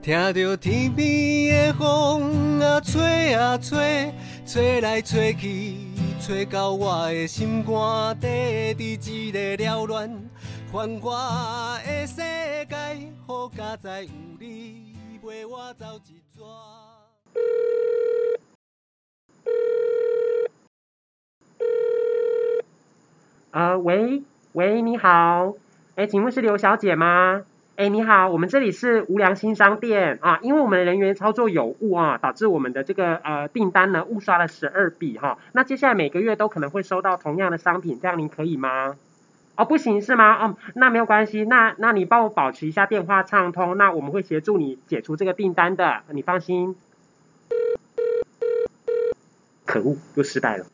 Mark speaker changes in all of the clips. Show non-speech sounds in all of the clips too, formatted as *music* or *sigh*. Speaker 1: 听着天边的风啊吹啊吹，吹来吹去，吹到我的心肝底，伫一个缭乱繁华的世界，好佳哉有你陪我走一逝。
Speaker 2: 呃，喂喂，你好，哎，请问是刘小姐吗？哎，你好，我们这里是无良新商店啊，因为我们的人员操作有误啊，导致我们的这个呃订单呢误刷了十二笔哈、那接下来每个月都可能会收到同样的商品，这样您可以吗？哦，不行是吗？哦，那没有关系，那那你帮我保持一下电话畅通，那我们会协助你解除这个订单的，你放心。可恶，又失败了。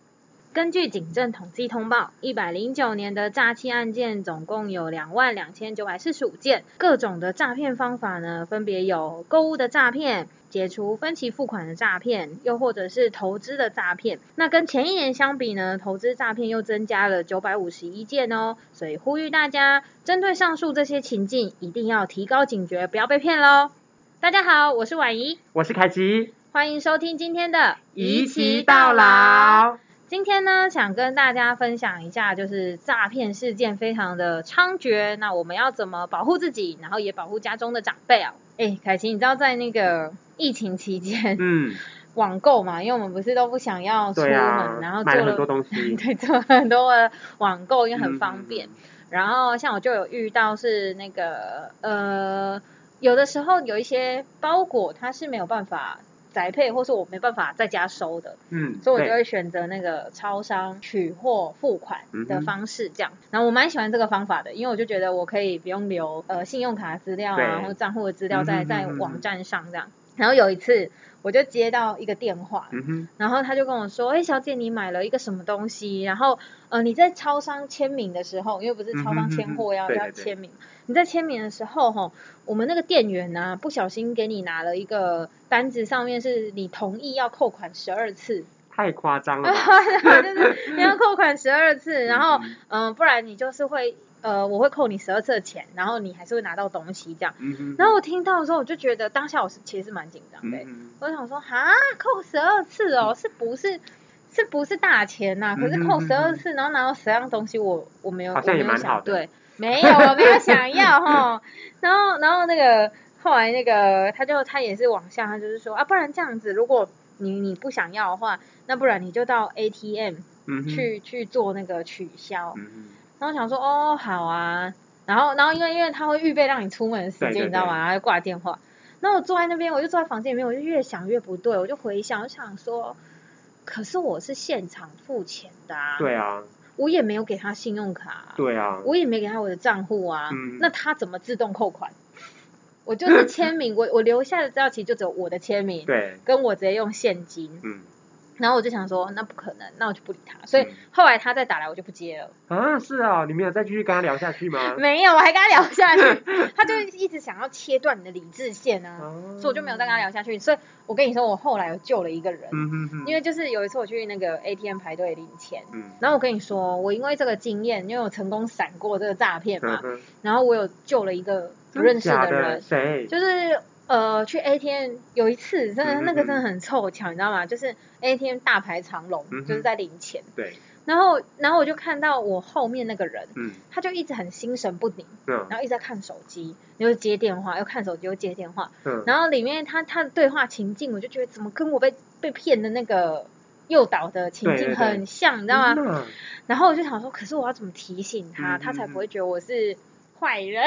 Speaker 3: 根据警政统计通报，一百零九年的诈欺案件总共有两万两千九百四十五件。各种的诈骗方法呢，分别有购物的诈骗、解除分期付款的诈骗，又或者是投资的诈骗。那跟前一年相比呢，投资诈骗又增加了九百五十一件哦。所以呼吁大家，针对上述这些情境，一定要提高警觉，不要被骗喽。大家好，我是婉怡，
Speaker 2: 我是凯奇，
Speaker 3: 欢迎收听今天的
Speaker 2: 一期到。老。
Speaker 3: 今天呢，想跟大家分享一下，就是诈骗事件非常的猖獗，那我们要怎么保护自己，然后也保护家中的长辈啊？哎，凯琪，你知道在那个疫情期间， *laughs*
Speaker 2: 嗯，
Speaker 3: 网购嘛，因为我们不是都不想要出门，
Speaker 2: 对啊，
Speaker 3: 然后做
Speaker 2: 买了
Speaker 3: 了
Speaker 2: 很多东西，
Speaker 3: *laughs* 对，做了很多的网购，因为很方便。
Speaker 2: 嗯。
Speaker 3: 然后像我就有遇到是那个呃，有的时候有一些包裹它是没有办法宅配，或是我没办法在家收的，
Speaker 2: 嗯，
Speaker 3: 所以我
Speaker 2: 对
Speaker 3: 就会选择那个超商取货付款的
Speaker 2: 嗯哼
Speaker 3: 方式这样。然后我蛮喜欢这个方法的，因为我就觉得我可以不用留呃信用卡资料啊
Speaker 2: 对
Speaker 3: 或账户的资料在
Speaker 2: 嗯哼
Speaker 3: 在
Speaker 2: 嗯哼
Speaker 3: 网站上这样。然后有一次我就接到一个电话，
Speaker 2: 嗯哼，
Speaker 3: 然后他就跟我说：“哎、小姐，你买了一个什么东西？然后，呃，你在超商签名的时候，因为不是超商签货
Speaker 2: 嗯哼嗯
Speaker 3: 要、
Speaker 2: 哼对
Speaker 3: 要
Speaker 2: 对对
Speaker 3: 签名，你在签名的时候，吼，我们那个店员呢、不小心给你拿了一个单子，上面是你同意要扣款十二次，
Speaker 2: 太夸张
Speaker 3: *laughs*
Speaker 2: 了吧。
Speaker 3: 就是
Speaker 2: *laughs*
Speaker 3: 你要扣款十二次，然后，
Speaker 2: 嗯
Speaker 3: 嗯、不然你就是会，呃，我会扣你十二次的钱，然后你还是会拿到东西这样。
Speaker 2: 嗯哼，
Speaker 3: 然后我听到的时候，我就觉得当下我是其实是蛮紧张的、欸
Speaker 2: 嗯
Speaker 3: 我想说，哈，扣十二次哦，是不是？是不是大钱呐、可是扣
Speaker 2: 嗯哼嗯哼
Speaker 3: 十二次，然后拿到十样东西我，我没有，
Speaker 2: 好像
Speaker 3: 我没
Speaker 2: 也
Speaker 3: 有
Speaker 2: 蛮
Speaker 3: 想
Speaker 2: 好的
Speaker 3: 对，没有，我没有想
Speaker 2: *laughs*
Speaker 3: 要哈。然后，然后那个后来那个他就他也是往下，他就是说啊，不然这样子，如果你你不想要的话，那不然你就到 ATM
Speaker 2: 嗯哼，
Speaker 3: 去、去做那个取消。
Speaker 2: 嗯哼，
Speaker 3: 然后想说哦好啊，然后然后因为因为他会预备让你出门的时间，
Speaker 2: 对对
Speaker 3: 你知道吗？
Speaker 2: 对
Speaker 3: 然后就挂电话。那我坐在那边，我就坐在房间里面，我就越想越不对，我就回想，我想说，可是我是现场付钱的啊，
Speaker 2: 对啊，
Speaker 3: 我也没有给他信用卡啊、
Speaker 2: 对啊，
Speaker 3: 我也没给他我的账户啊，
Speaker 2: 嗯
Speaker 3: 那他怎么自动扣款？我就是签名，我我留下的资料其实就只有我的签名，
Speaker 2: 对，
Speaker 3: 跟我直接用现金，
Speaker 2: 嗯
Speaker 3: 然后我就想说那不可能，那我就不理他，所以
Speaker 2: 嗯
Speaker 3: 后来他再打来我就不接了。
Speaker 2: 啊，是啊，你没有再继续跟他聊下去
Speaker 3: *laughs*
Speaker 2: 吗？ *laughs*
Speaker 3: 没有，我还跟他聊下去，他就一直想要切断你的理智线啊，
Speaker 2: 哦
Speaker 3: 所以我就没有再跟他。聊下去。所以我跟你说，我后来有救了一个人，
Speaker 2: 嗯哼哼，
Speaker 3: 因为就是有一次我去那个 ATM 排队领钱，
Speaker 2: 嗯
Speaker 3: 然后我跟你说，我因为这个经验，因为我成功闪过这个诈骗嘛
Speaker 2: 嗯，哼，
Speaker 3: 然后我有救了一个不认识
Speaker 2: 真假的
Speaker 3: 人，
Speaker 2: 谁？
Speaker 3: 就是。呃，去 ATM 有一次，真的
Speaker 2: 嗯嗯
Speaker 3: 那个真的很凑巧，你知道吗？就是 ATM 大排长龙，
Speaker 2: 嗯哼
Speaker 3: 就是在领钱，
Speaker 2: 对，
Speaker 3: 然后然后我就看到我后面那个人，
Speaker 2: 嗯
Speaker 3: 他就一直很心神不宁，
Speaker 2: 嗯
Speaker 3: 然后一直在看手机，又接电话，又看手机，又接电话。
Speaker 2: 嗯，
Speaker 3: 然后里面他他的对话情境，我就觉得怎么跟我被被骗的那个诱导的情
Speaker 2: 对
Speaker 3: 境
Speaker 2: 对对
Speaker 3: 很像，你
Speaker 2: 你
Speaker 3: 知道吗？
Speaker 2: 吗？
Speaker 3: 然后我就想说，可是我要怎么提醒他，
Speaker 2: 嗯
Speaker 3: 他才
Speaker 2: 嗯
Speaker 3: 不会觉得我是坏人？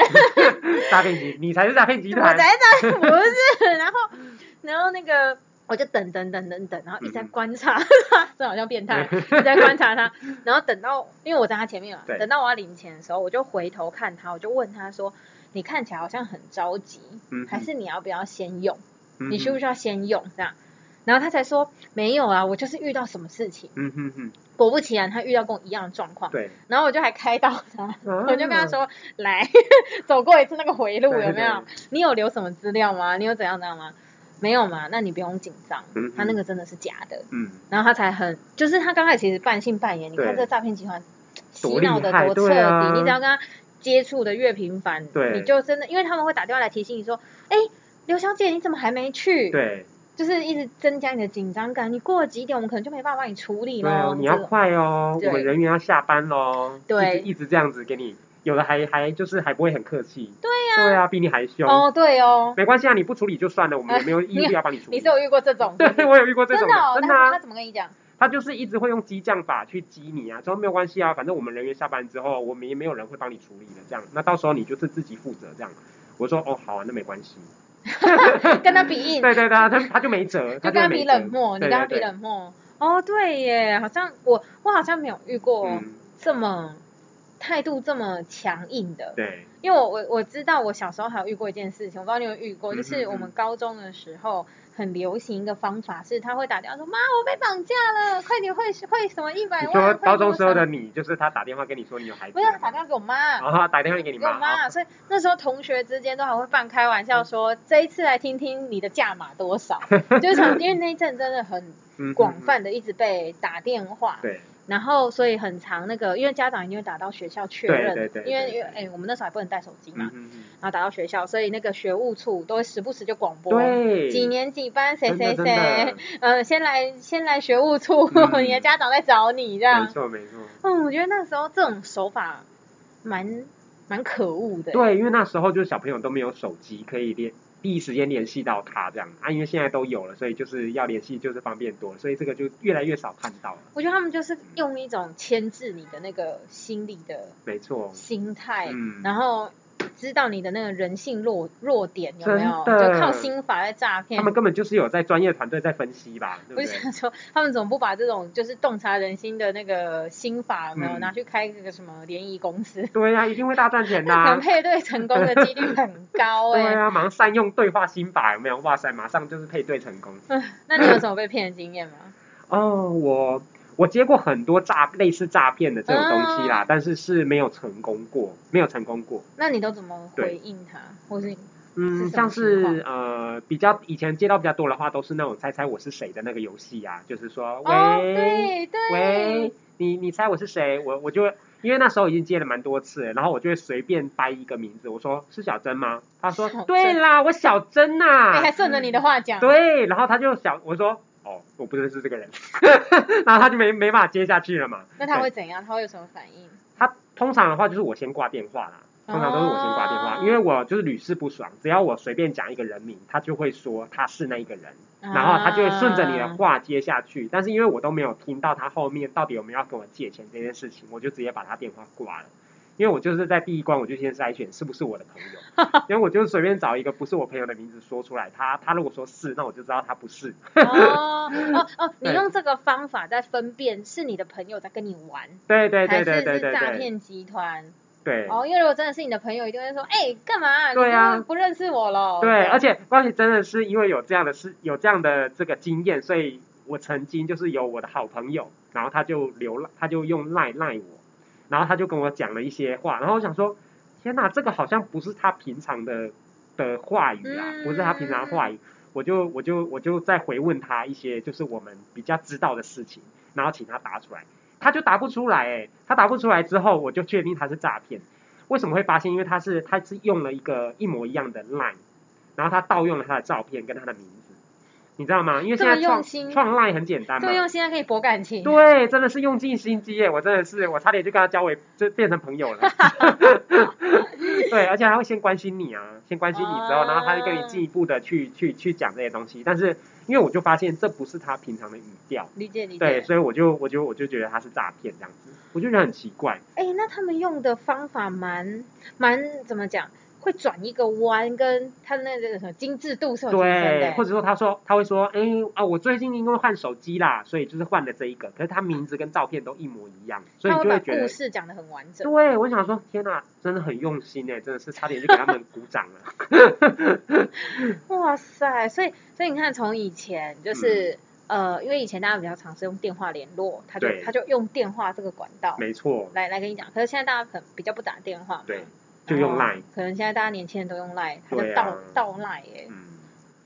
Speaker 2: 诈骗集，你才是诈骗集
Speaker 3: *laughs* 我
Speaker 2: 团。
Speaker 3: 才
Speaker 2: *laughs*
Speaker 3: 才不是。然后然后那个。我就等等等等等，然后一直在
Speaker 2: 嗯嗯
Speaker 3: 观察 *laughs* 他，这好像
Speaker 2: *laughs*
Speaker 3: 变态，一直在观察他。然后等到，因为我在他前面嘛，
Speaker 2: 对
Speaker 3: 等到我要领钱的时候，我就回头看他，我就问他说：“你看起来好像很着急，
Speaker 2: 嗯哼
Speaker 3: 还是你要不要先用？
Speaker 2: 嗯
Speaker 3: 你需不
Speaker 2: 哼
Speaker 3: 需要先用这样？然后他才说没有啊，我就是遇到什么事情。
Speaker 2: 嗯哼哼，
Speaker 3: 果不其然，他遇到跟我一样的状况。
Speaker 2: 对，啊
Speaker 3: 然后我就还开导他，
Speaker 2: 我
Speaker 3: 我就跟他，说：“来， *laughs* 走过一次那个回路
Speaker 2: 对
Speaker 3: 有没有？你有留什么资料吗？你有怎样怎样吗？没有嘛？那你不用紧张
Speaker 2: 嗯，
Speaker 3: 他那个真的是假的。
Speaker 2: 嗯，
Speaker 3: 然后他才很，就是他刚开始其实半信半疑。你
Speaker 2: 对
Speaker 3: 看这个诈骗集团洗
Speaker 2: 多厉
Speaker 3: 脑的
Speaker 2: 害
Speaker 3: 多彻底，
Speaker 2: 对啊
Speaker 3: 你只要跟他接触的越频繁，
Speaker 2: 对
Speaker 3: 你就真的，因为他们会打电话来提醒你说，哎，刘小姐，你怎么还没去？，
Speaker 2: 对，
Speaker 3: 就是一直增加你的紧张感。你过了几点，我们可能就没办法帮你处理
Speaker 2: 对哦
Speaker 3: 喽。，
Speaker 2: 你要
Speaker 3: 这种
Speaker 2: 快哦，
Speaker 3: 对
Speaker 2: 我们人员要下班喽，
Speaker 3: 对
Speaker 2: 一直一直这样子给你，有的还还就是还不会很客气，对呀、对啊，比你还凶，
Speaker 3: 哦，对哦，
Speaker 2: 没关系啊，你不处理就算
Speaker 3: *laughs*
Speaker 2: 了，我们也没有义务要帮你处
Speaker 3: 你
Speaker 2: 理
Speaker 3: 是。有遇过这种？是不
Speaker 2: *laughs* 对，
Speaker 3: 是
Speaker 2: 我有遇过这种
Speaker 3: 真的哦，
Speaker 2: 真
Speaker 3: 那
Speaker 2: 的
Speaker 3: 他他
Speaker 2: 啊，
Speaker 3: 怎么跟你讲？
Speaker 2: 他就是一直会用激将法去激你啊，说没有关系啊，反正我们人员下班之后，我们也没有人会帮你处理的，这样，那到时候你就是自己负责这样。我说哦，好啊，那没关系。
Speaker 3: 跟他比硬，
Speaker 2: 对对对啊，他他就没辙，
Speaker 3: 就
Speaker 2: 他
Speaker 3: 跟他
Speaker 2: 没
Speaker 3: 比
Speaker 2: 辙
Speaker 3: 冷漠，你
Speaker 2: 对
Speaker 3: 跟他
Speaker 2: 对
Speaker 3: 比
Speaker 2: 对
Speaker 3: 冷漠。哦，对耶，好像我我好像没有遇过
Speaker 2: 嗯，
Speaker 3: 这么态度这么强硬的，
Speaker 2: 对，
Speaker 3: 因为我我我知道我小时候还有遇过一件事情，我不知道你有没有遇过，就
Speaker 2: 嗯嗯
Speaker 3: 是
Speaker 2: 嗯
Speaker 3: 我们高中的时候很流行一个方法，是他会打电话说妈我被绑架了，快点汇汇什么一百
Speaker 2: 你
Speaker 3: 万，
Speaker 2: 说
Speaker 3: 汇
Speaker 2: 高中
Speaker 3: 多
Speaker 2: 时候
Speaker 3: 少
Speaker 2: 的你，就是他打电话跟你说你有孩子
Speaker 3: 不
Speaker 2: 了
Speaker 3: 是
Speaker 2: 吗，
Speaker 3: 他打电话给我妈。
Speaker 2: 啊，打电话给你
Speaker 3: 给我
Speaker 2: 妈，哦嗯
Speaker 3: 妈，所以那时候同学之间都还会半开玩笑说，这一次来听听你的价码
Speaker 2: *laughs*
Speaker 3: 多少，就是想因为那一阵真的很
Speaker 2: 嗯
Speaker 3: 广，泛的一直被打电话
Speaker 2: 嗯嗯，对，
Speaker 3: 然后所以很长那个，因为家长一定会打到学校确认，
Speaker 2: 对对对
Speaker 3: 因为
Speaker 2: 对
Speaker 3: 因为哎、我们那时候还不能带手机嘛
Speaker 2: 嗯，嗯嗯
Speaker 3: 然后打到学校，所以那个学务处都会时不时就广播。
Speaker 2: 对，
Speaker 3: 几年几班谁
Speaker 2: 真的
Speaker 3: 谁
Speaker 2: 真
Speaker 3: 谁
Speaker 2: 的，
Speaker 3: 呃，先来先来学务处，
Speaker 2: 嗯
Speaker 3: *laughs* 你的家长在找你这
Speaker 2: 没
Speaker 3: 样。
Speaker 2: 错没错，
Speaker 3: 嗯，我觉得那时候这种手法蛮蛮可恶的。欸
Speaker 2: 对，因为那时候就是小朋友都没有手机可以联第一时间联系到他这样啊，因为现在都有了，所以就是要联系就是方便多了，所以这个就越来越少看到了，
Speaker 3: 我觉得他们就是用一种牵制你的那个心理的
Speaker 2: 没错，
Speaker 3: 心态，
Speaker 2: 嗯，
Speaker 3: 然后知道你的那个人性弱弱点有没有，
Speaker 2: 真的
Speaker 3: 就靠心法在诈骗
Speaker 2: 他。们根本就是有在专业团队在分析吧，对
Speaker 3: 我
Speaker 2: 不
Speaker 3: 就
Speaker 2: 对？
Speaker 3: 想说， *laughs* 他们怎么不把这种就是洞察人心的那个心法有没有、
Speaker 2: 嗯
Speaker 3: 拿去开这个什么联谊公司？
Speaker 2: 对啊，一定会大赚钱的
Speaker 3: 那可
Speaker 2: 啊、
Speaker 3: 能配对成功的几率很高哎、
Speaker 2: 对啊，马上善用对话心法有没有？哇塞，马上就是配对成功。
Speaker 3: 嗯 *laughs* 那你有什么被骗的经验吗？
Speaker 2: 哦，我我接过很多诈类似诈骗的这种东西
Speaker 3: 啊
Speaker 2: 啦，但是是没有成功过，没有成功过。
Speaker 3: 那你都怎么
Speaker 2: 对
Speaker 3: 回应他，或是
Speaker 2: 嗯，
Speaker 3: 是什么
Speaker 2: 像
Speaker 3: 情
Speaker 2: 是呃比较以前接到比较多的话，都是那种猜猜我是谁的那个游戏啊，就是说喂、
Speaker 3: 哦，对对
Speaker 2: 喂，，你你猜我是谁？我我就会因为那时候已经接了蛮多次了，然后我就会随便掰一个名字，我说是小珍吗？他说
Speaker 3: 小珍
Speaker 2: 对啦，我小珍
Speaker 3: 哎、
Speaker 2: 呐、嗯
Speaker 3: 还顺着你的话讲，
Speaker 2: 对，然后他就想我说哦，我不认识这个
Speaker 3: *laughs*
Speaker 2: 人，然后他就没没办法接下去了嘛。
Speaker 3: 那他会怎样？他会有什么反应？
Speaker 2: 他通常的话就是我先挂电话啦，通常都是我先挂电话，
Speaker 3: 哦
Speaker 2: 因为我就是屡试不爽，只要我随便讲一个人名，他就会说他是那一个人，然后他就会顺着你的
Speaker 3: 啊
Speaker 2: 话接下去。但是因为我都没有听到他后面到底有没有要跟我借钱这件事情，我就直接把他电话挂了。因为我就是在第一关，我就先筛选是不是我的朋
Speaker 3: *laughs*
Speaker 2: 友，因为我就随便找一个不是我朋友的名字说出来，他他如果说是，那我就知道他不是。
Speaker 3: 哦哦哦，你
Speaker 2: *laughs* 对
Speaker 3: 用这个方法在分辨是你的朋友在跟你玩，
Speaker 2: 对对对
Speaker 3: 还
Speaker 2: 对
Speaker 3: 是
Speaker 2: 对
Speaker 3: 是
Speaker 2: 对
Speaker 3: 诈
Speaker 2: 对
Speaker 3: 骗集团。
Speaker 2: 对。
Speaker 3: 哦，因为如果真的是你的朋友，一定会说，哎，干嘛？你
Speaker 2: 对啊
Speaker 3: 根本不认识我喽。
Speaker 2: 对，而且而且真的是因为有这样的事，有这样的这个经验，所以我曾经就是有我的好朋友，然后他就留赖，他就用赖赖我，然后他就跟我讲了一些话，然后我想说，天哪，这个好像不是他平常的的话语啊，
Speaker 3: 嗯
Speaker 2: 不是他平常的话语，我就我就我就再回问他一些就是我们比较知道的事情，然后请他答出来，他就答不出来、欸，他答不出来之后，我就确定他是诈骗。为什么会发现？因为他是他是用了一个一模一样的 line，然后他盗用了他的照片跟他的名字，你知道吗？因为现在
Speaker 3: 这么用
Speaker 2: 创
Speaker 3: 心
Speaker 2: 创 line 很简单嘛
Speaker 3: 这，用现在可以博感情。
Speaker 2: 对，真的是用尽心机耶！我真的是，我差点就跟他交为，就变成朋友了。 *laughs* 对，而且他会先关心你啊，先关心你
Speaker 3: 哦
Speaker 2: 之后，然后他就跟你进一步的去去去讲这些东西。但是因为我就发现这不是他平常的语调，
Speaker 3: 理解理
Speaker 2: 对，
Speaker 3: 解。
Speaker 2: 所以我就我就我就觉得他是诈骗这样子，我就觉得很奇怪。
Speaker 3: 哎，那他们用的方法蛮蛮怎么讲？会转一个弯，跟他那个什么精致度是有提升
Speaker 2: 对，或
Speaker 3: 的。
Speaker 2: 者说他说他会说，哎、啊，我最近因为换手机啦，所以就是换了这一个，可是他名字跟照片都一模一样，所以你
Speaker 3: 他会
Speaker 2: 就
Speaker 3: 把
Speaker 2: 会觉
Speaker 3: 故
Speaker 2: 得
Speaker 3: 事讲得很完整。
Speaker 2: 对，我想说，天哪、真的很用心哎、真的是差点就给他们鼓掌
Speaker 3: *laughs*
Speaker 2: 了。
Speaker 3: 哇塞！所以所以你看，从以前就是、呃，因为以前大家比较常是用电话联络，他就
Speaker 2: 嗯对
Speaker 3: 他就用电话这个管道
Speaker 2: 没错，
Speaker 3: 来来跟你讲。可是现在大家可能比较不打电话嘛，
Speaker 2: 对，就用
Speaker 3: 然后
Speaker 2: Line。
Speaker 3: 可能现在大家年轻人都用 Line，他就
Speaker 2: 对啊
Speaker 3: 倒、倒 Line 耶、
Speaker 2: 嗯，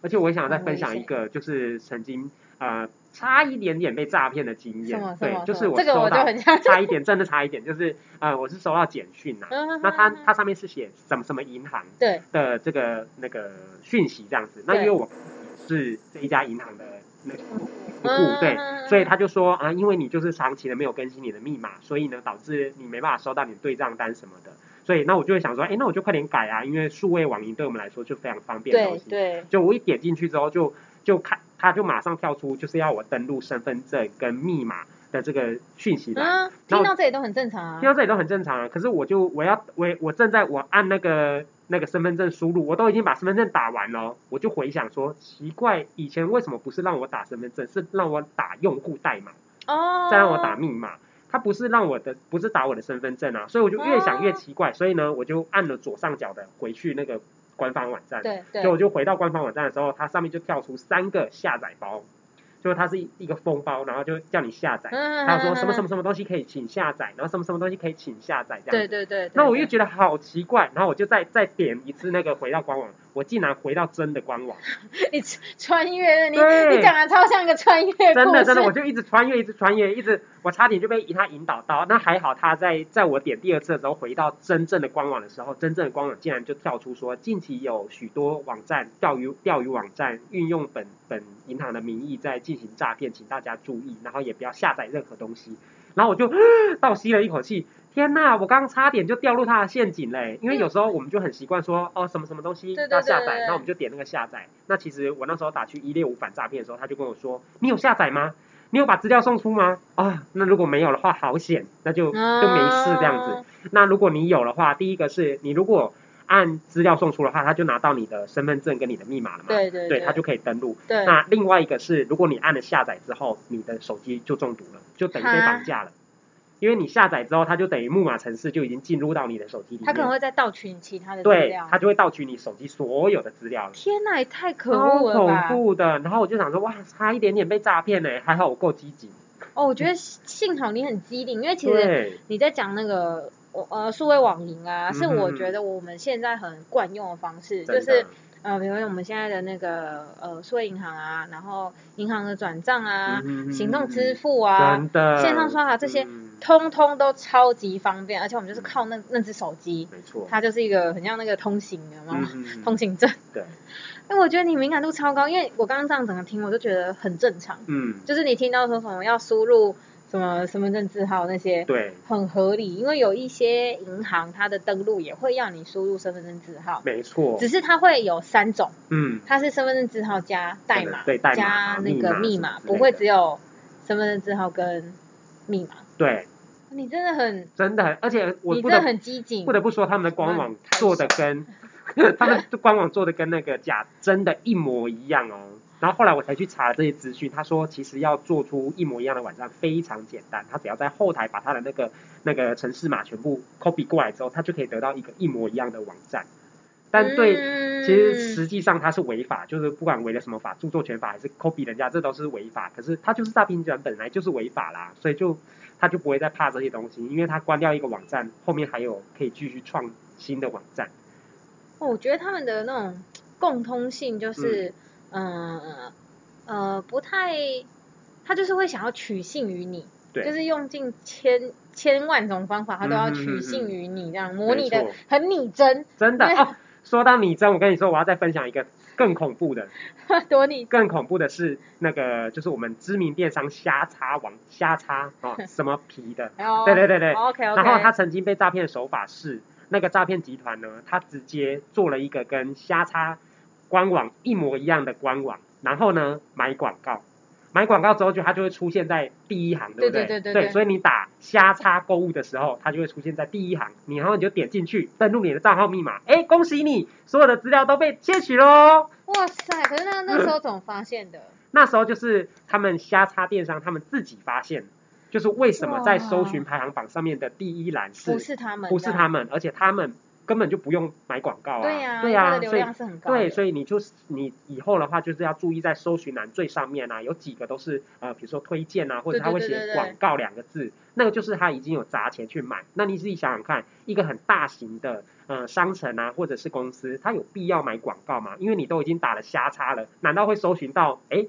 Speaker 2: 而且我也想再分享
Speaker 3: 很
Speaker 2: 一
Speaker 3: 危险
Speaker 2: 个，就是曾经呃差一点点被诈骗的经
Speaker 3: 什
Speaker 2: 验
Speaker 3: 么，什
Speaker 2: 对
Speaker 3: 么，
Speaker 2: 就
Speaker 3: 什
Speaker 2: 是
Speaker 3: 么
Speaker 2: 我
Speaker 3: 这个
Speaker 2: 收
Speaker 3: 我就
Speaker 2: 到
Speaker 3: 很想
Speaker 2: 差一点，真的差一点，就是呃我是收到简讯啊
Speaker 3: *laughs* 嗯
Speaker 2: 呐、那它它上面是写什么什么银行
Speaker 3: 对
Speaker 2: 的这个那个讯息这样子，那因为
Speaker 3: 对
Speaker 2: 我是这一家银行的那个客户，
Speaker 3: 嗯
Speaker 2: 对，所以他就说啊，因为你就是长期的没有更新你的密码，所以呢导致你没办法收到你的对账单什么的。所以那我就会想说，哎，那我就快点改啊，因为数位网银对我们来说就非常方便的东
Speaker 3: 对
Speaker 2: 西。
Speaker 3: 对
Speaker 2: 就我一点进去之后就，就看他就马上跳出就是要我登录身份证跟密码的这个讯息栏。
Speaker 3: 啊，听到这里都很正常
Speaker 2: 听到
Speaker 3: 啊，
Speaker 2: 这里都很正常啊，可是我就我要我我正在我按那个那个身份证输入，我都已经把身份证打完了，我就回想说奇怪，以前为什么不是让我打身份证，是让我打用户代码，
Speaker 3: 哦，
Speaker 2: 再让我打密码，他不是让我的不是打我的身份证啊，所以我就越想越奇怪，所以呢我就按了左上角的回去那个官方网站，
Speaker 3: 对对
Speaker 2: 就我就回到官方网站的时候，它上面就跳出三个下载包，就它是一一个封包，然后就叫你下载。
Speaker 3: 嗯
Speaker 2: 他说什么什么什么东西可以请下载，然后什么什么东西可以请下载这
Speaker 3: 对
Speaker 2: 样子。
Speaker 3: 对对，
Speaker 2: 那我又觉得好奇怪，然后我就再再点一次那个回到官网，我竟然回到真的官网，
Speaker 3: 得你穿越了，你
Speaker 2: 对
Speaker 3: 你讲的超像一个穿越故
Speaker 2: 真的
Speaker 3: 事
Speaker 2: 真的，我就一直穿越，一直穿越，一直我差点就被他引导到。那还好他在在我点第二次的时候回到真正的官网的时候，真正的官网竟然就跳出说，近期有许多网站钓鱼钓鱼网站运用本本银行的名义在进行诈骗，请大家注意，然后也不要下载任何东西。然后我就倒吸了一口气，天呐，我刚刚差点就掉入他的陷阱嘞！因为有时候我们就很习惯说，哦，什么什么东西
Speaker 3: 嗯对对
Speaker 2: 要下
Speaker 3: 对对
Speaker 2: 载
Speaker 3: 对，
Speaker 2: 那我们就点那个下载。那其实我那时候打去一六五反诈骗的时候，他就跟我说，你有下载吗？你有把资料送出吗？啊、那如果没有的话，好险，那就就没事这样子。
Speaker 3: 啊
Speaker 2: 那如果你有的话，第一个是你如果按资料送出的话，他就拿到你的身份证跟你的密码了嘛，
Speaker 3: 对对
Speaker 2: 他就可以登录。
Speaker 3: 对
Speaker 2: 那另外一个是，如果你按了下载之后，你的手机就中毒了，就等于被绑架了，因为你下载之后，它就等于木马城市就已经进入到你的手机里面，
Speaker 3: 他可能会再盗取你其他的资
Speaker 2: 对
Speaker 3: 料，。
Speaker 2: 它就会盗取你手机所有的资料了。
Speaker 3: 天哪，也太可
Speaker 2: 超
Speaker 3: 恶了
Speaker 2: 恐
Speaker 3: 吧！
Speaker 2: 怖的，然后我就想说，哇，差一点点被诈骗呢，还好我够积极。
Speaker 3: 哦，我觉得幸好你很机灵，因为其实
Speaker 2: 对，
Speaker 3: 你在讲那个我呃数位网银啊，是
Speaker 2: 嗯
Speaker 3: 我
Speaker 2: 嗯
Speaker 3: 觉得我们现在很惯用的方
Speaker 2: 真
Speaker 3: 式，
Speaker 2: 的
Speaker 3: 就是呃，比如我们现在的那个呃数位银行啊，然后银行的转账啊、
Speaker 2: 嗯
Speaker 3: 行动支
Speaker 2: 嗯
Speaker 3: 付啊，
Speaker 2: 真的
Speaker 3: 线上刷卡这些
Speaker 2: 嗯
Speaker 3: 通通都超级方便，而且我们就是
Speaker 2: 嗯
Speaker 3: 靠那那只手机，
Speaker 2: 没错，
Speaker 3: 它就是一个很像那个通行的嘛，
Speaker 2: 嗯嗯嗯
Speaker 3: 通行证。
Speaker 2: 对，
Speaker 3: 哎，我觉得你敏感度超高，因为我刚刚这样整个听，我就觉得很正常。
Speaker 2: 嗯，
Speaker 3: 就是你听到说什么要输入什么身份证字号那些，
Speaker 2: 对，
Speaker 3: 很合理，因为有一些银行它的登录也会让你输入身份证字号，
Speaker 2: 没错
Speaker 3: 只，是它会有三种，
Speaker 2: 嗯，
Speaker 3: 它是身份证字号加代码，
Speaker 2: 对代码啊
Speaker 3: 加那个密
Speaker 2: 密
Speaker 3: 码，
Speaker 2: 码
Speaker 3: 不
Speaker 2: 之类
Speaker 3: 会
Speaker 2: 的
Speaker 3: 只有身份证字号跟密码。
Speaker 2: 对，
Speaker 3: 你真的很，
Speaker 2: 真的很，而且我
Speaker 3: 你
Speaker 2: 不
Speaker 3: 真的
Speaker 2: 得
Speaker 3: 很机警
Speaker 2: 不。得不说，他们的官网
Speaker 3: 嗯太
Speaker 2: 做的跟 *laughs* 他们的官网做的跟那个假真的一模一样哦。然后后来我才去查了这些资讯，他说其实要做出一模一样的网站非常简单，他只要在后台把他的那个那个城市码全部 copy 过来之后，他就可以得到一个一模一样的网站。但对
Speaker 3: 对
Speaker 2: 其
Speaker 3: 嗯
Speaker 2: 实实际上它是违法，就是不管违了什么法，著作权法还是 copy 人家，这都是违法。可是它就是诈骗集团本来就是违法啦，所以就他就不会再怕这些东西，因为他关掉一个网站，后面还有可以继续创新的网站。
Speaker 3: 我觉得他们的那种共通性就是，嗯呃不太，他就是会想要取信于你，
Speaker 2: 对嗯
Speaker 3: 就是用尽千千万种方法，他都要取信于你，这样、模拟
Speaker 2: 没
Speaker 3: 的
Speaker 2: 错
Speaker 3: 很拟真， *laughs*
Speaker 2: 真的
Speaker 3: 对
Speaker 2: 哦，说到拟真，我跟你说，我要再分享一个更恐怖的，
Speaker 3: 多拟
Speaker 2: 更恐怖的是那个就是我们知名电商瞎叉网瞎叉
Speaker 3: *laughs*
Speaker 2: 啊、哦，什么皮的，
Speaker 3: 然后
Speaker 2: 对对对对，
Speaker 3: ，OK OK，
Speaker 2: 然后他曾经被诈骗的手法是，那个诈骗集团呢，他直接做了一个跟瞎叉官网一模一样的官网，然后呢买广告，买广告之后就它就会出现在第一行，对不
Speaker 3: 对
Speaker 2: 对
Speaker 3: 对对对对
Speaker 2: 所以你打瞎叉购物的时候，它就会出现在第一行，你然后你就点进去，登录你的账号密码，哎，恭喜你，所有的资料都被窃取喽。
Speaker 3: 哇塞，可是那那时候怎么发现的？
Speaker 2: 那时候就是他们瞎叉电商，他们自己发现， *laughs* 就是为什么在搜寻排行榜上面的第一栏
Speaker 3: 不是他们，
Speaker 2: 不是他，们，而且他们根本就不用买广告啊。
Speaker 3: 对呀、
Speaker 2: 对
Speaker 3: 它
Speaker 2: 呀、
Speaker 3: 的流
Speaker 2: 所以
Speaker 3: 量是很高的。
Speaker 2: 对，所以你就是你以后的话，就是要注意在搜寻栏最上面啊，有几个都是呃，比如说推荐啊，或者
Speaker 3: 对对
Speaker 2: 他会
Speaker 3: 对对
Speaker 2: 写
Speaker 3: 对
Speaker 2: 广告两个字，那个就是他已经有砸钱去买。那你自己想想看，一个很大型的呃商城啊，或者是公司，他有必要买广告吗？因为你都已经打了瞎叉了，难道会搜寻到诶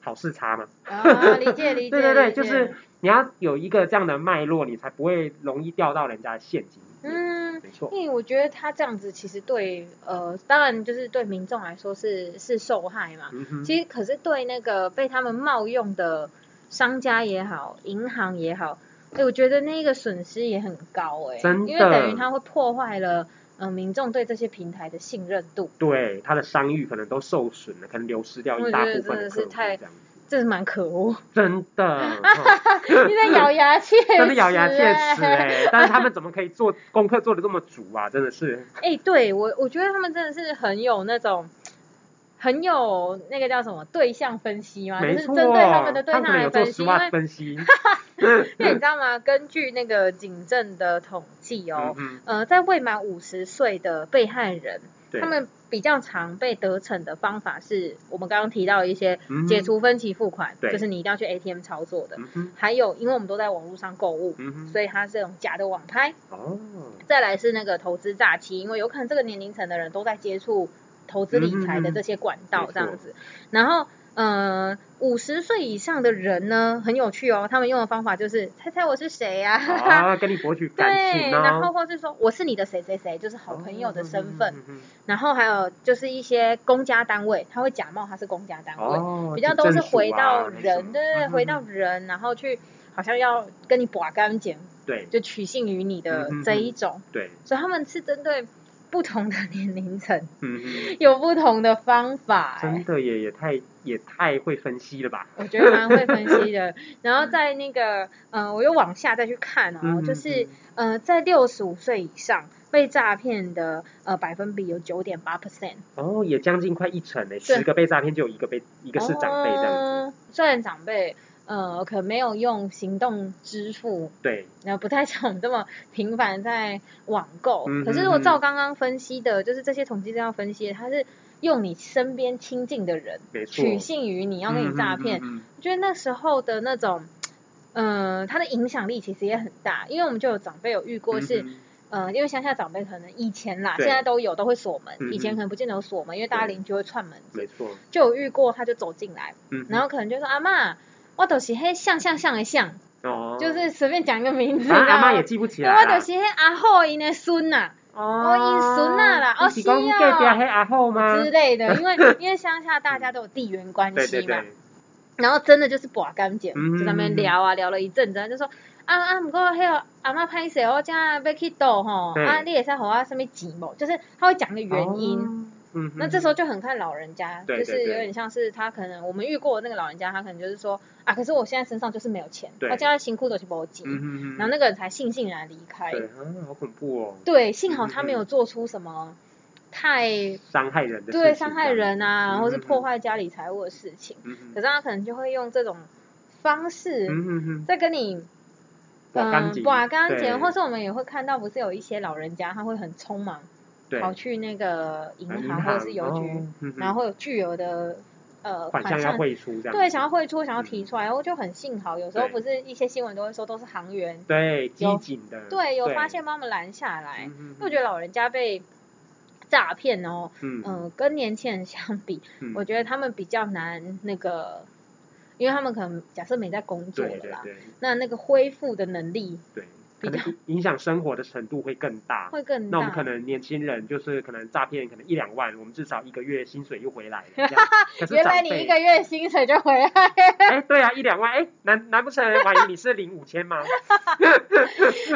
Speaker 2: 好事差吗？
Speaker 3: 啊，理解理
Speaker 2: *laughs*
Speaker 3: 解。
Speaker 2: 对对对，
Speaker 3: 理
Speaker 2: 就
Speaker 3: 解
Speaker 2: 是你要有一个这样的脉络，你才不会容易掉到人家的陷阱里面。
Speaker 3: 嗯。
Speaker 2: 没错，
Speaker 3: 因为我觉得他这样子其实对呃，当然就是对民众来说是是受害嘛。
Speaker 2: 嗯哼，
Speaker 3: 其实可是对那个被他们冒用的商家也好，银行也好，哎、我觉得那个损失也很高哎、
Speaker 2: 真的
Speaker 3: 因为等于它会破坏了呃民众对这些平台的信任度，
Speaker 2: 对，他的商誉可能都受损了，可能流失掉一大部分的
Speaker 3: 我觉得真的是
Speaker 2: 客户，
Speaker 3: 太
Speaker 2: 这样子，
Speaker 3: 这是蛮可恶。 *laughs*
Speaker 2: 真的，嗯
Speaker 3: 你在咬牙切齿、欸，
Speaker 2: 真的咬牙切齿哎、但是他们怎么可以做功课做的这么足啊？真的是，
Speaker 3: 哎、对我我觉得他们真的是很有那种。很有那个叫什么对象分析啊嘛，就
Speaker 2: 没
Speaker 3: 是
Speaker 2: 错，
Speaker 3: 针对他们的对
Speaker 2: 他们
Speaker 3: 象
Speaker 2: 可能
Speaker 3: 来
Speaker 2: 有做
Speaker 3: 分析，
Speaker 2: 十
Speaker 3: 因为
Speaker 2: 万分嗯析，
Speaker 3: *laughs* 因为你知道吗？根据那个警政的统计哦
Speaker 2: 嗯，哼，
Speaker 3: 呃，在未满五十岁的被害人，
Speaker 2: 对，
Speaker 3: 他们比较常被得逞的方法是我们刚刚提到一些
Speaker 2: 嗯
Speaker 3: 解除分期付款，
Speaker 2: 对
Speaker 3: 就是你一定要去 ATM 操作的，
Speaker 2: 嗯哼，
Speaker 3: 还有因为我们都在网络上购物，
Speaker 2: 嗯哼，
Speaker 3: 所以它是这种假的网拍。 *laughs*
Speaker 2: 哦，
Speaker 3: 再来是那个投资诈欺，因为有可能这个年龄层的人都在接触投资理财的这些管
Speaker 2: 嗯嗯
Speaker 3: 道
Speaker 2: 嗯
Speaker 3: 这样子。然后，呃，五十岁以上的人呢，很有趣哦，他们用的方法就是猜猜我是谁呀、啊。
Speaker 2: 啊，跟你博取感
Speaker 3: *laughs* 对，
Speaker 2: 情哦，
Speaker 3: 然后或是说我是你的谁谁谁，就是好朋友的身份。
Speaker 2: 嗯哼，嗯哼
Speaker 3: 然后还有就是一些公家单位，他会假冒他是公家单位，
Speaker 2: 哦，
Speaker 3: 比较都是
Speaker 2: 警政署啊
Speaker 3: 回到
Speaker 2: 那种
Speaker 3: 人，对对对，
Speaker 2: 嗯
Speaker 3: 回到
Speaker 2: 嗯
Speaker 3: 人，然后去好像要跟你把干净，
Speaker 2: 对
Speaker 3: 就取信于你的
Speaker 2: 嗯嗯嗯
Speaker 3: 这一种，
Speaker 2: 对，
Speaker 3: 所以他们是针对不同的年龄层
Speaker 2: 嗯哼，
Speaker 3: 有不同的方法、
Speaker 2: 真
Speaker 3: 哎，
Speaker 2: 的也也太也太会分析了吧？
Speaker 3: 我觉得蛮会分
Speaker 2: *laughs*
Speaker 3: 析的。然后在那个，呃，我又往下再去看哦，
Speaker 2: 嗯
Speaker 3: 就是
Speaker 2: 嗯
Speaker 3: 呃，在六十五岁以上被诈骗的呃百分比有九点八 percent。
Speaker 2: 哦，也将近快一成诶，十个被诈骗就有一个被一个是长辈这样子，
Speaker 3: 嗯虽然长辈呃可能没有用行动支付，
Speaker 2: 对，
Speaker 3: 然后不太像我们这么频繁在网购，
Speaker 2: 嗯
Speaker 3: 可是如果
Speaker 2: 嗯嗯
Speaker 3: 照刚刚分析的，就是这些统计资料分析的，它是用你身边亲近的人
Speaker 2: 没错，
Speaker 3: 取信于你要跟你诈骗，
Speaker 2: 嗯，嗯嗯嗯
Speaker 3: 我觉得那时候的那种。嗯，它的影响力其实也很大，因为我们就有长辈有遇过是，
Speaker 2: 嗯
Speaker 3: 呃，因为乡下长辈可能以前啦，
Speaker 2: 对
Speaker 3: 现在都有都会锁门，
Speaker 2: 嗯嗯
Speaker 3: 以前可能不见得有锁门，因为大家
Speaker 2: 对
Speaker 3: 邻居会串门
Speaker 2: 没
Speaker 3: 子，
Speaker 2: 错，
Speaker 3: 就有遇过他就走进来，
Speaker 2: 嗯，
Speaker 3: 然后可能就说阿嬷，我都是黑像像像的像，
Speaker 2: 哦，
Speaker 3: 就是随便讲一个名字，
Speaker 2: 反正阿妈
Speaker 3: 然后
Speaker 2: 也记不起
Speaker 3: 对，
Speaker 2: 来
Speaker 3: 我就
Speaker 2: 啦，
Speaker 3: 是迄阿后因的孙呐、
Speaker 2: 哦
Speaker 3: 因孙啊啦哦
Speaker 2: 你讲
Speaker 3: 是哦
Speaker 2: 隔壁黑阿后吗？
Speaker 3: 之类的，
Speaker 2: *laughs*
Speaker 3: 因为因为乡下大家都有地缘关
Speaker 2: 对对
Speaker 3: 系嘛，
Speaker 2: 对，
Speaker 3: 然后真的就是把干净，
Speaker 2: 嗯
Speaker 3: 就在那边聊啊聊了一阵子，就说啊啊，不过迄个阿妈歹势，我正要去倒吼，
Speaker 2: 对
Speaker 3: 啊，你也是给我什么钱无？就是他会讲个原因。
Speaker 2: 嗯哦，嗯哼，
Speaker 3: 那这时候就很看老人家，
Speaker 2: 对对
Speaker 3: 就是有
Speaker 2: 对
Speaker 3: 点像是他可能我们遇过的那个老人家，他可能就是说啊，可是我现在身上就是没有钱，
Speaker 2: 对
Speaker 3: 我现在辛苦的去搏急，
Speaker 2: 嗯哼，嗯哼
Speaker 3: 然后那个人才悻悻然离开。
Speaker 2: 对，啊，好恐怖哦，
Speaker 3: 对，幸好他
Speaker 2: 嗯嗯
Speaker 3: 没有做出什么太
Speaker 2: 伤害嗯人的事
Speaker 3: 对
Speaker 2: 情
Speaker 3: 伤害人啊，
Speaker 2: 嗯
Speaker 3: 或是
Speaker 2: 嗯嗯
Speaker 3: 破坏家里财物的事情。
Speaker 2: 这样子，嗯哼
Speaker 3: 可是他可能就会用这种方式
Speaker 2: 嗯哼哼，
Speaker 3: 在跟你
Speaker 2: 把
Speaker 3: 嗯
Speaker 2: 干净，
Speaker 3: 把干
Speaker 2: 对
Speaker 3: 净，或是我们也会看到，不是有一些老人家他会很匆忙
Speaker 2: 对
Speaker 3: 跑去那个银
Speaker 2: 银
Speaker 3: 行或者是邮局，
Speaker 2: 哦嗯哼
Speaker 3: 然后会有巨额的呃
Speaker 2: 款
Speaker 3: 款
Speaker 2: 项要
Speaker 3: 项。
Speaker 2: 汇出这样子，
Speaker 3: 对，想要汇出，想要
Speaker 2: 嗯
Speaker 3: 提出来，然后就很幸好，有时候
Speaker 2: 对嗯
Speaker 3: 不是一些新闻都会说都是行员，
Speaker 2: 对机
Speaker 3: 有
Speaker 2: 警的，
Speaker 3: 对，有发现帮他们拦下来，
Speaker 2: 嗯
Speaker 3: 因为我觉得老人家被诈骗哦，
Speaker 2: 嗯嗯
Speaker 3: 嗯，跟年轻人相比，
Speaker 2: 嗯
Speaker 3: 我觉得他们比较难那个，因为他们可能假设没在工作
Speaker 2: 对
Speaker 3: 了
Speaker 2: 对
Speaker 3: 啦，
Speaker 2: 对
Speaker 3: 那那个恢复的能力
Speaker 2: 对，
Speaker 3: 比
Speaker 2: 可
Speaker 3: 较
Speaker 2: 能影响生活的程度会更大。
Speaker 3: 会更
Speaker 2: 那
Speaker 3: 大。
Speaker 2: 我们可能年轻人就是可能诈骗，可能一两万，我们至少一个月薪水又回来了。这
Speaker 3: *laughs*
Speaker 2: 样可是
Speaker 3: 原来
Speaker 2: 长
Speaker 3: 你
Speaker 2: 辈
Speaker 3: 一个月薪水就
Speaker 2: *laughs*
Speaker 3: 回来了，
Speaker 2: 哎，对啊，一两万，哎，难难不成婉莹你是领五千
Speaker 3: *laughs*
Speaker 2: 吗？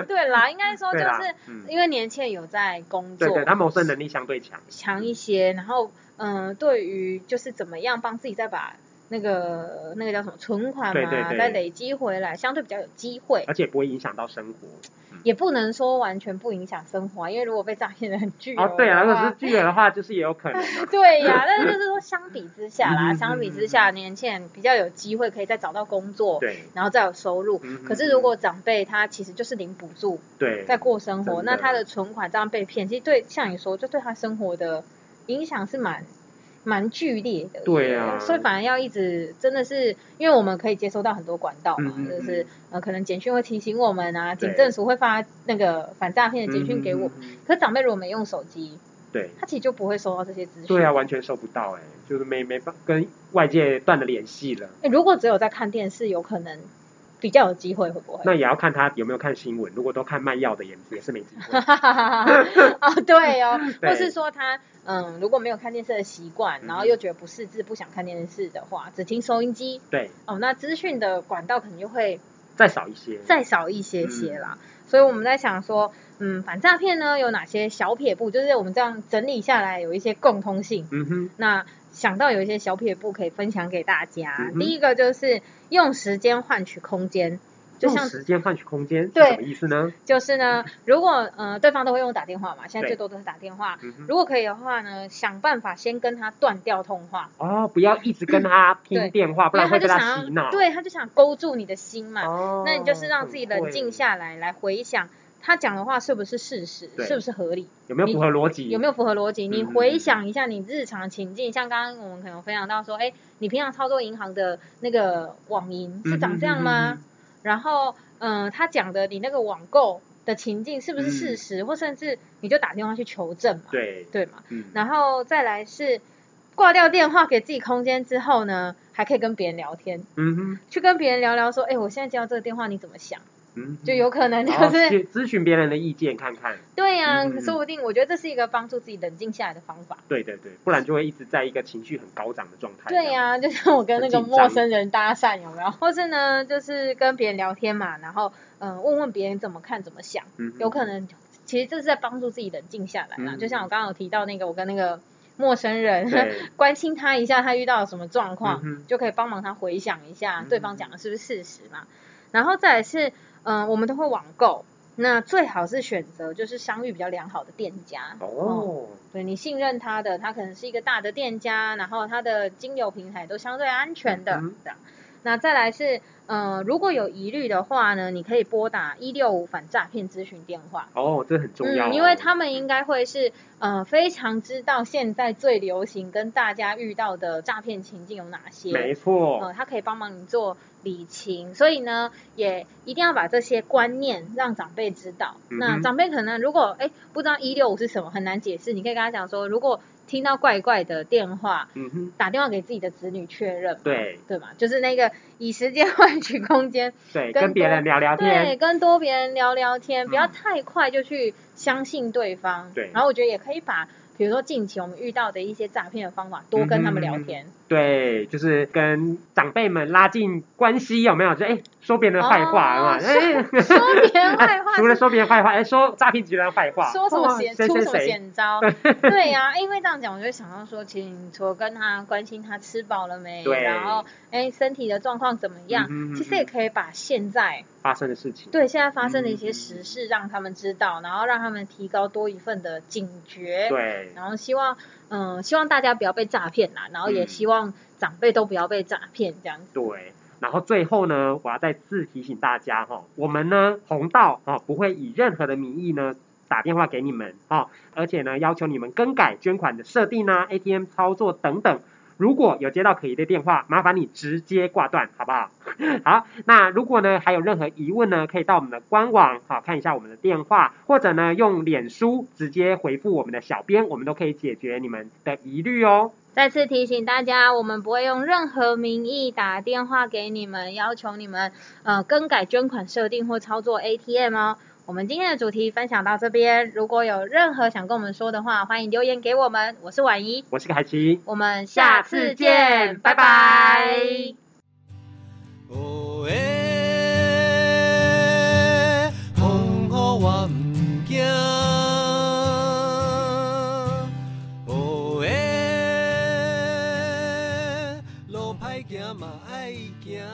Speaker 3: 对啦，应该说就
Speaker 2: 对啦
Speaker 3: 是，
Speaker 2: 嗯，
Speaker 3: 因为年轻人有在工
Speaker 2: 对
Speaker 3: 作
Speaker 2: 对，他谋生能力相对强，
Speaker 3: 强一些，然后嗯、呃对于就是怎么样帮自己再把那个那个叫什么存款嘛，
Speaker 2: 对
Speaker 3: 啊
Speaker 2: 对对
Speaker 3: 再累积回来，相对比较有机会。
Speaker 2: 而且不会影响到生活。嗯
Speaker 3: 也不能说完全不影响生活啊，因为如果被诈骗的很巨额
Speaker 2: 哦，对啊，
Speaker 3: 的
Speaker 2: 如果
Speaker 3: 话
Speaker 2: 是巨额的话，就是也有可能
Speaker 3: *laughs*
Speaker 2: 啊。
Speaker 3: 对
Speaker 2: *laughs*
Speaker 3: 呀，但是就是说相比之下啦，
Speaker 2: 嗯
Speaker 3: 相比之下，年轻人比较有机会可以再找到工作，
Speaker 2: 对，
Speaker 3: 然后再有收入。
Speaker 2: 嗯
Speaker 3: 可是如果长辈他其实就是零补助
Speaker 2: 对
Speaker 3: 在过生活，
Speaker 2: 真的
Speaker 3: 那他的存款这样被骗，其实对像你说，就对他生活的影响是蛮蛮剧烈的。
Speaker 2: 对啊
Speaker 3: 所以反而要一直真的是，因为我们可以接收到很多管道嘛，
Speaker 2: 嗯嗯嗯
Speaker 3: 就是呃可能简讯会提醒我们啊，
Speaker 2: 对
Speaker 3: 警政署会发那个反诈骗的简讯给我们。，
Speaker 2: 嗯嗯嗯嗯
Speaker 3: 可是长辈如果没用手机，
Speaker 2: 对
Speaker 3: 他其实就不会收到这些资讯。
Speaker 2: 对啊，完全收不到哎，就是没没办跟外界断了联系了。
Speaker 3: 欸如果只有在看电视，有可能比较有机会，会不会？
Speaker 2: 那也要看他有没有看新闻，如果都看卖药的，也也是没机
Speaker 3: *laughs*
Speaker 2: 会。
Speaker 3: 哈哈哈哈！ *laughs* 哦，对哦，
Speaker 2: *laughs* 对
Speaker 3: 或是说他嗯，如果没有看电视的习惯，
Speaker 2: 嗯
Speaker 3: 然后又觉得不识字，不想看电视的话，只听收音机，
Speaker 2: 对，
Speaker 3: 哦，那资讯的管道可能就会
Speaker 2: 再少一些。
Speaker 3: 再少一些
Speaker 2: 嗯
Speaker 3: 些啦。所以我们在想说，嗯，反诈骗呢有哪些小撇步？就是我们这样整理下来有一些共通性。
Speaker 2: 嗯哼，
Speaker 3: 那想到有一些小撇步可以分享给大家。
Speaker 2: 嗯哼
Speaker 3: 第一个就是用时间换取空间，就
Speaker 2: 用
Speaker 3: 像
Speaker 2: 时间换取空间是
Speaker 3: 对
Speaker 2: 什么意思呢？
Speaker 3: 就是呢，如果呃对方都会用打电话嘛，现在
Speaker 2: 对
Speaker 3: 最多都是打电话。
Speaker 2: 嗯哼。
Speaker 3: 如果可以的话呢，想办法先跟他断掉通话，
Speaker 2: 哦，不要一直跟他
Speaker 3: 对
Speaker 2: 拼电话，不然
Speaker 3: 因为
Speaker 2: 会
Speaker 3: 他就
Speaker 2: 被
Speaker 3: 想
Speaker 2: 洗
Speaker 3: 要，
Speaker 2: 脑。
Speaker 3: 对，他就想勾住你的心嘛。
Speaker 2: 哦，
Speaker 3: 那你就是让自己冷静
Speaker 2: 很
Speaker 3: 下来，来回想他讲的话是不是事实，
Speaker 2: 对
Speaker 3: 是不是合理，
Speaker 2: 会，有没有符合逻辑？
Speaker 3: 有没有符合逻辑？你
Speaker 2: 嗯嗯
Speaker 3: 回
Speaker 2: 嗯
Speaker 3: 想一下你日常情境，像刚刚我们可能分享到说，哎，你平常操作银行的那个网银是长这样吗？
Speaker 2: 嗯嗯嗯嗯
Speaker 3: 然后，嗯、他讲的你那个网购的情境是不是事实，或甚至你就打电话去求证嘛，
Speaker 2: 嗯对，
Speaker 3: 对嘛？
Speaker 2: 嗯，
Speaker 3: 然后再来是挂掉电话给自己空间之后呢，还可以跟别人聊天，
Speaker 2: 嗯哼，
Speaker 3: 去跟别人聊聊说，哎，我现在接到这个电话你怎么想？
Speaker 2: 嗯哼，
Speaker 3: 就有可 *laughs* 能就
Speaker 2: 然后
Speaker 3: 是、
Speaker 2: 哦去咨询别人的意见看看。
Speaker 3: 对呀、
Speaker 2: 嗯嗯嗯
Speaker 3: 说不定我觉得这是一个帮助自己冷静下来的方法。
Speaker 2: 对对对，不然就会一直在一个情绪很高涨的状态。
Speaker 3: 对呀、就像我跟那个
Speaker 2: 很紧张
Speaker 3: 陌生人搭讪有没有？或是呢，就是跟别人聊天嘛，然后嗯、呃问问别人怎么看怎么想，
Speaker 2: 这样，嗯哼
Speaker 3: 有可能其实这是在帮助自己冷静下来啦。
Speaker 2: 嗯
Speaker 3: 就像我刚刚有提到那个，我跟那个陌生人
Speaker 2: 对，
Speaker 3: *laughs* 关心他一下，他遇到了什么状况，
Speaker 2: 嗯哼
Speaker 3: 就可以帮忙他回想一下
Speaker 2: 嗯
Speaker 3: 对方讲的是不是事实嘛。然后再来是，嗯、我们都会网购。那最好是选择就是商誉比较良好的店家
Speaker 2: 哦，
Speaker 3: 对你信任他的，他可能是一个大的店家，然后他的精油平台都相对安全的，
Speaker 2: 嗯
Speaker 3: 这样。那再来是，呃，如果有疑虑的话呢，你可以拨打一六五反诈骗咨询电话。
Speaker 2: 哦，这很重要哦。
Speaker 3: 嗯，因为他们应该会是呃非常知道现在最流行跟大家遇到的诈骗情境有哪些，
Speaker 2: 没错，
Speaker 3: 呃，他可以帮忙你做理清，所以呢，也一定要把这些观念让长辈知道。
Speaker 2: 嗯
Speaker 3: 那
Speaker 2: 哼
Speaker 3: 长辈可能如果哎不知道一六五是什么，很难解释，你可以跟他讲说，如果听到怪怪的电话，
Speaker 2: 嗯哼，
Speaker 3: 打电话给自己的子女确认嘛，
Speaker 2: 对
Speaker 3: 对吧？就是那个以时间换取空间，
Speaker 2: 对，
Speaker 3: 跟
Speaker 2: 跟别
Speaker 3: 多
Speaker 2: 人聊聊
Speaker 3: 对，
Speaker 2: 天，
Speaker 3: 跟多别人聊聊天，不要
Speaker 2: 嗯
Speaker 3: 太快就去相信对方。
Speaker 2: 对
Speaker 3: 然后我觉得也可以把。比如说近期我们遇到的一些诈骗的方法，多跟他们聊
Speaker 2: 嗯哼
Speaker 3: 天，
Speaker 2: 对，就是跟长辈们拉近关系，有没有？就哎，说别人的坏话
Speaker 3: 哦
Speaker 2: 嘛，哎，
Speaker 3: 说别人坏
Speaker 2: *laughs*
Speaker 3: 话
Speaker 2: 除
Speaker 3: 是
Speaker 2: 了说别人坏话，哎，说诈骗集团坏话，
Speaker 3: 说什么
Speaker 2: 哇
Speaker 3: 险
Speaker 2: 哦谁
Speaker 3: 出
Speaker 2: 谁
Speaker 3: 什么
Speaker 2: 谁
Speaker 3: 险
Speaker 2: *laughs*
Speaker 3: 招？对呀、因为这样讲，我就想到说，其实你除了跟他关心他吃饱了没，
Speaker 2: 对
Speaker 3: 然后哎身体的状况怎么样，
Speaker 2: 嗯哼嗯
Speaker 3: 其实也
Speaker 2: 哼
Speaker 3: 可以把现在
Speaker 2: 发生的事情，
Speaker 3: 对现在发生的一些
Speaker 2: 嗯
Speaker 3: 时事让他们知道，然后让他们提高多一份的警觉。
Speaker 2: 对，
Speaker 3: 然后希望，嗯、希望大家不要被诈骗啦，然后也
Speaker 2: 嗯
Speaker 3: 希望长辈都不要被诈骗这样子。
Speaker 2: 对，然后最后呢，我要再次提醒大家哈、我们呢红道哈、不会以任何的名义呢打电话给你们哈、而且呢要求你们更改捐款的设定啊、ATM 操作等等。如果有接到可疑的电话，麻烦你直接挂断，好不好？ *laughs* 好，那如果呢还有任何疑问呢，可以到我们的官网好、看一下我们的电话，或者呢用脸书直接回复我们的小编，我们都可以解决你们的疑虑哦。
Speaker 3: 再次提醒大家，我们不会用任何名义打电话给你们，要求你们呃更改捐款设定或操作 ATM 哦。我们今天的主题分享到这边，如果有任何想跟我们说的话，欢迎留言给我们。我是婉怡，
Speaker 2: 我是凯奇，
Speaker 3: 我们下
Speaker 2: 下
Speaker 3: 次
Speaker 2: 次
Speaker 3: 见，
Speaker 2: 见
Speaker 3: 拜
Speaker 2: 拜
Speaker 3: 拜
Speaker 2: 拜。
Speaker 1: 哦耶，风雨我毋惊。哦耶，路歹行嘛爱行。